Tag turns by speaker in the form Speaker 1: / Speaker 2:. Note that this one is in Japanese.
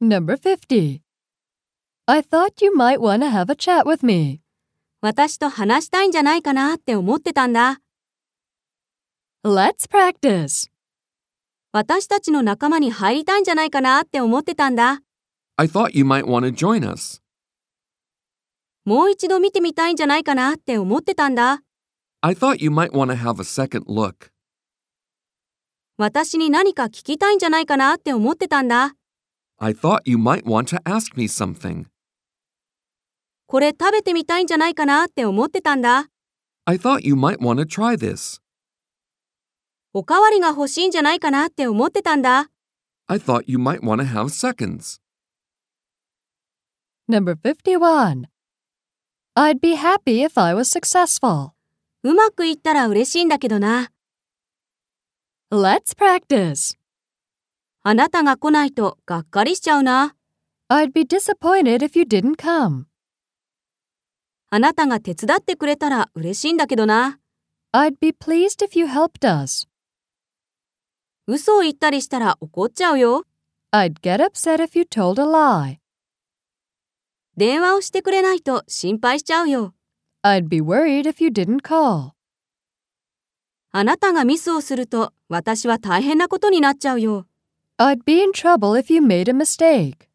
Speaker 1: Number 50. I thought you might want to have a chat with me.
Speaker 2: 私と話したいんじゃないかなって思ってたんだ。
Speaker 1: Let's practice.
Speaker 2: 私たちの仲間に入りたいんじゃないかなって思ってたんだ。
Speaker 3: I thought you might want to join us.
Speaker 2: もう一度見てみたいんじゃないかなって思ってたんだ。
Speaker 3: I thought you might want to have a second look.
Speaker 2: 私に何か聞きたいんじゃないかなって思ってたんだ。
Speaker 3: I thought you might want to ask me something.
Speaker 2: これ食べてみたいんじゃないかなって思ってたんだ。
Speaker 3: I thought you might want to try this.
Speaker 2: おかわりが欲しいんじゃないかなって思ってたんだ。
Speaker 3: I thought you might want to have seconds.
Speaker 1: Number 51. I'd be happy if I was successful.
Speaker 2: うまくいったら嬉しいんだけどな。
Speaker 1: Let's practice.
Speaker 2: あなたが来ないとがっかりしちゃうな。
Speaker 1: I'd be disappointed if you didn't come.
Speaker 2: あなたが手伝ってくれたら嬉しいんだけどな。
Speaker 1: I'd be pleased if you helped us.
Speaker 2: 嘘を言ったりしたら怒っちゃうよ。
Speaker 1: I'd get upset if you told a lie.
Speaker 2: 電話をしてくれないと心配しちゃうよ。
Speaker 1: I'd be worried if you didn't call.
Speaker 2: あなたがミスをすると私は大変なことになっちゃうよ。
Speaker 1: I'd be in trouble if you made a mistake.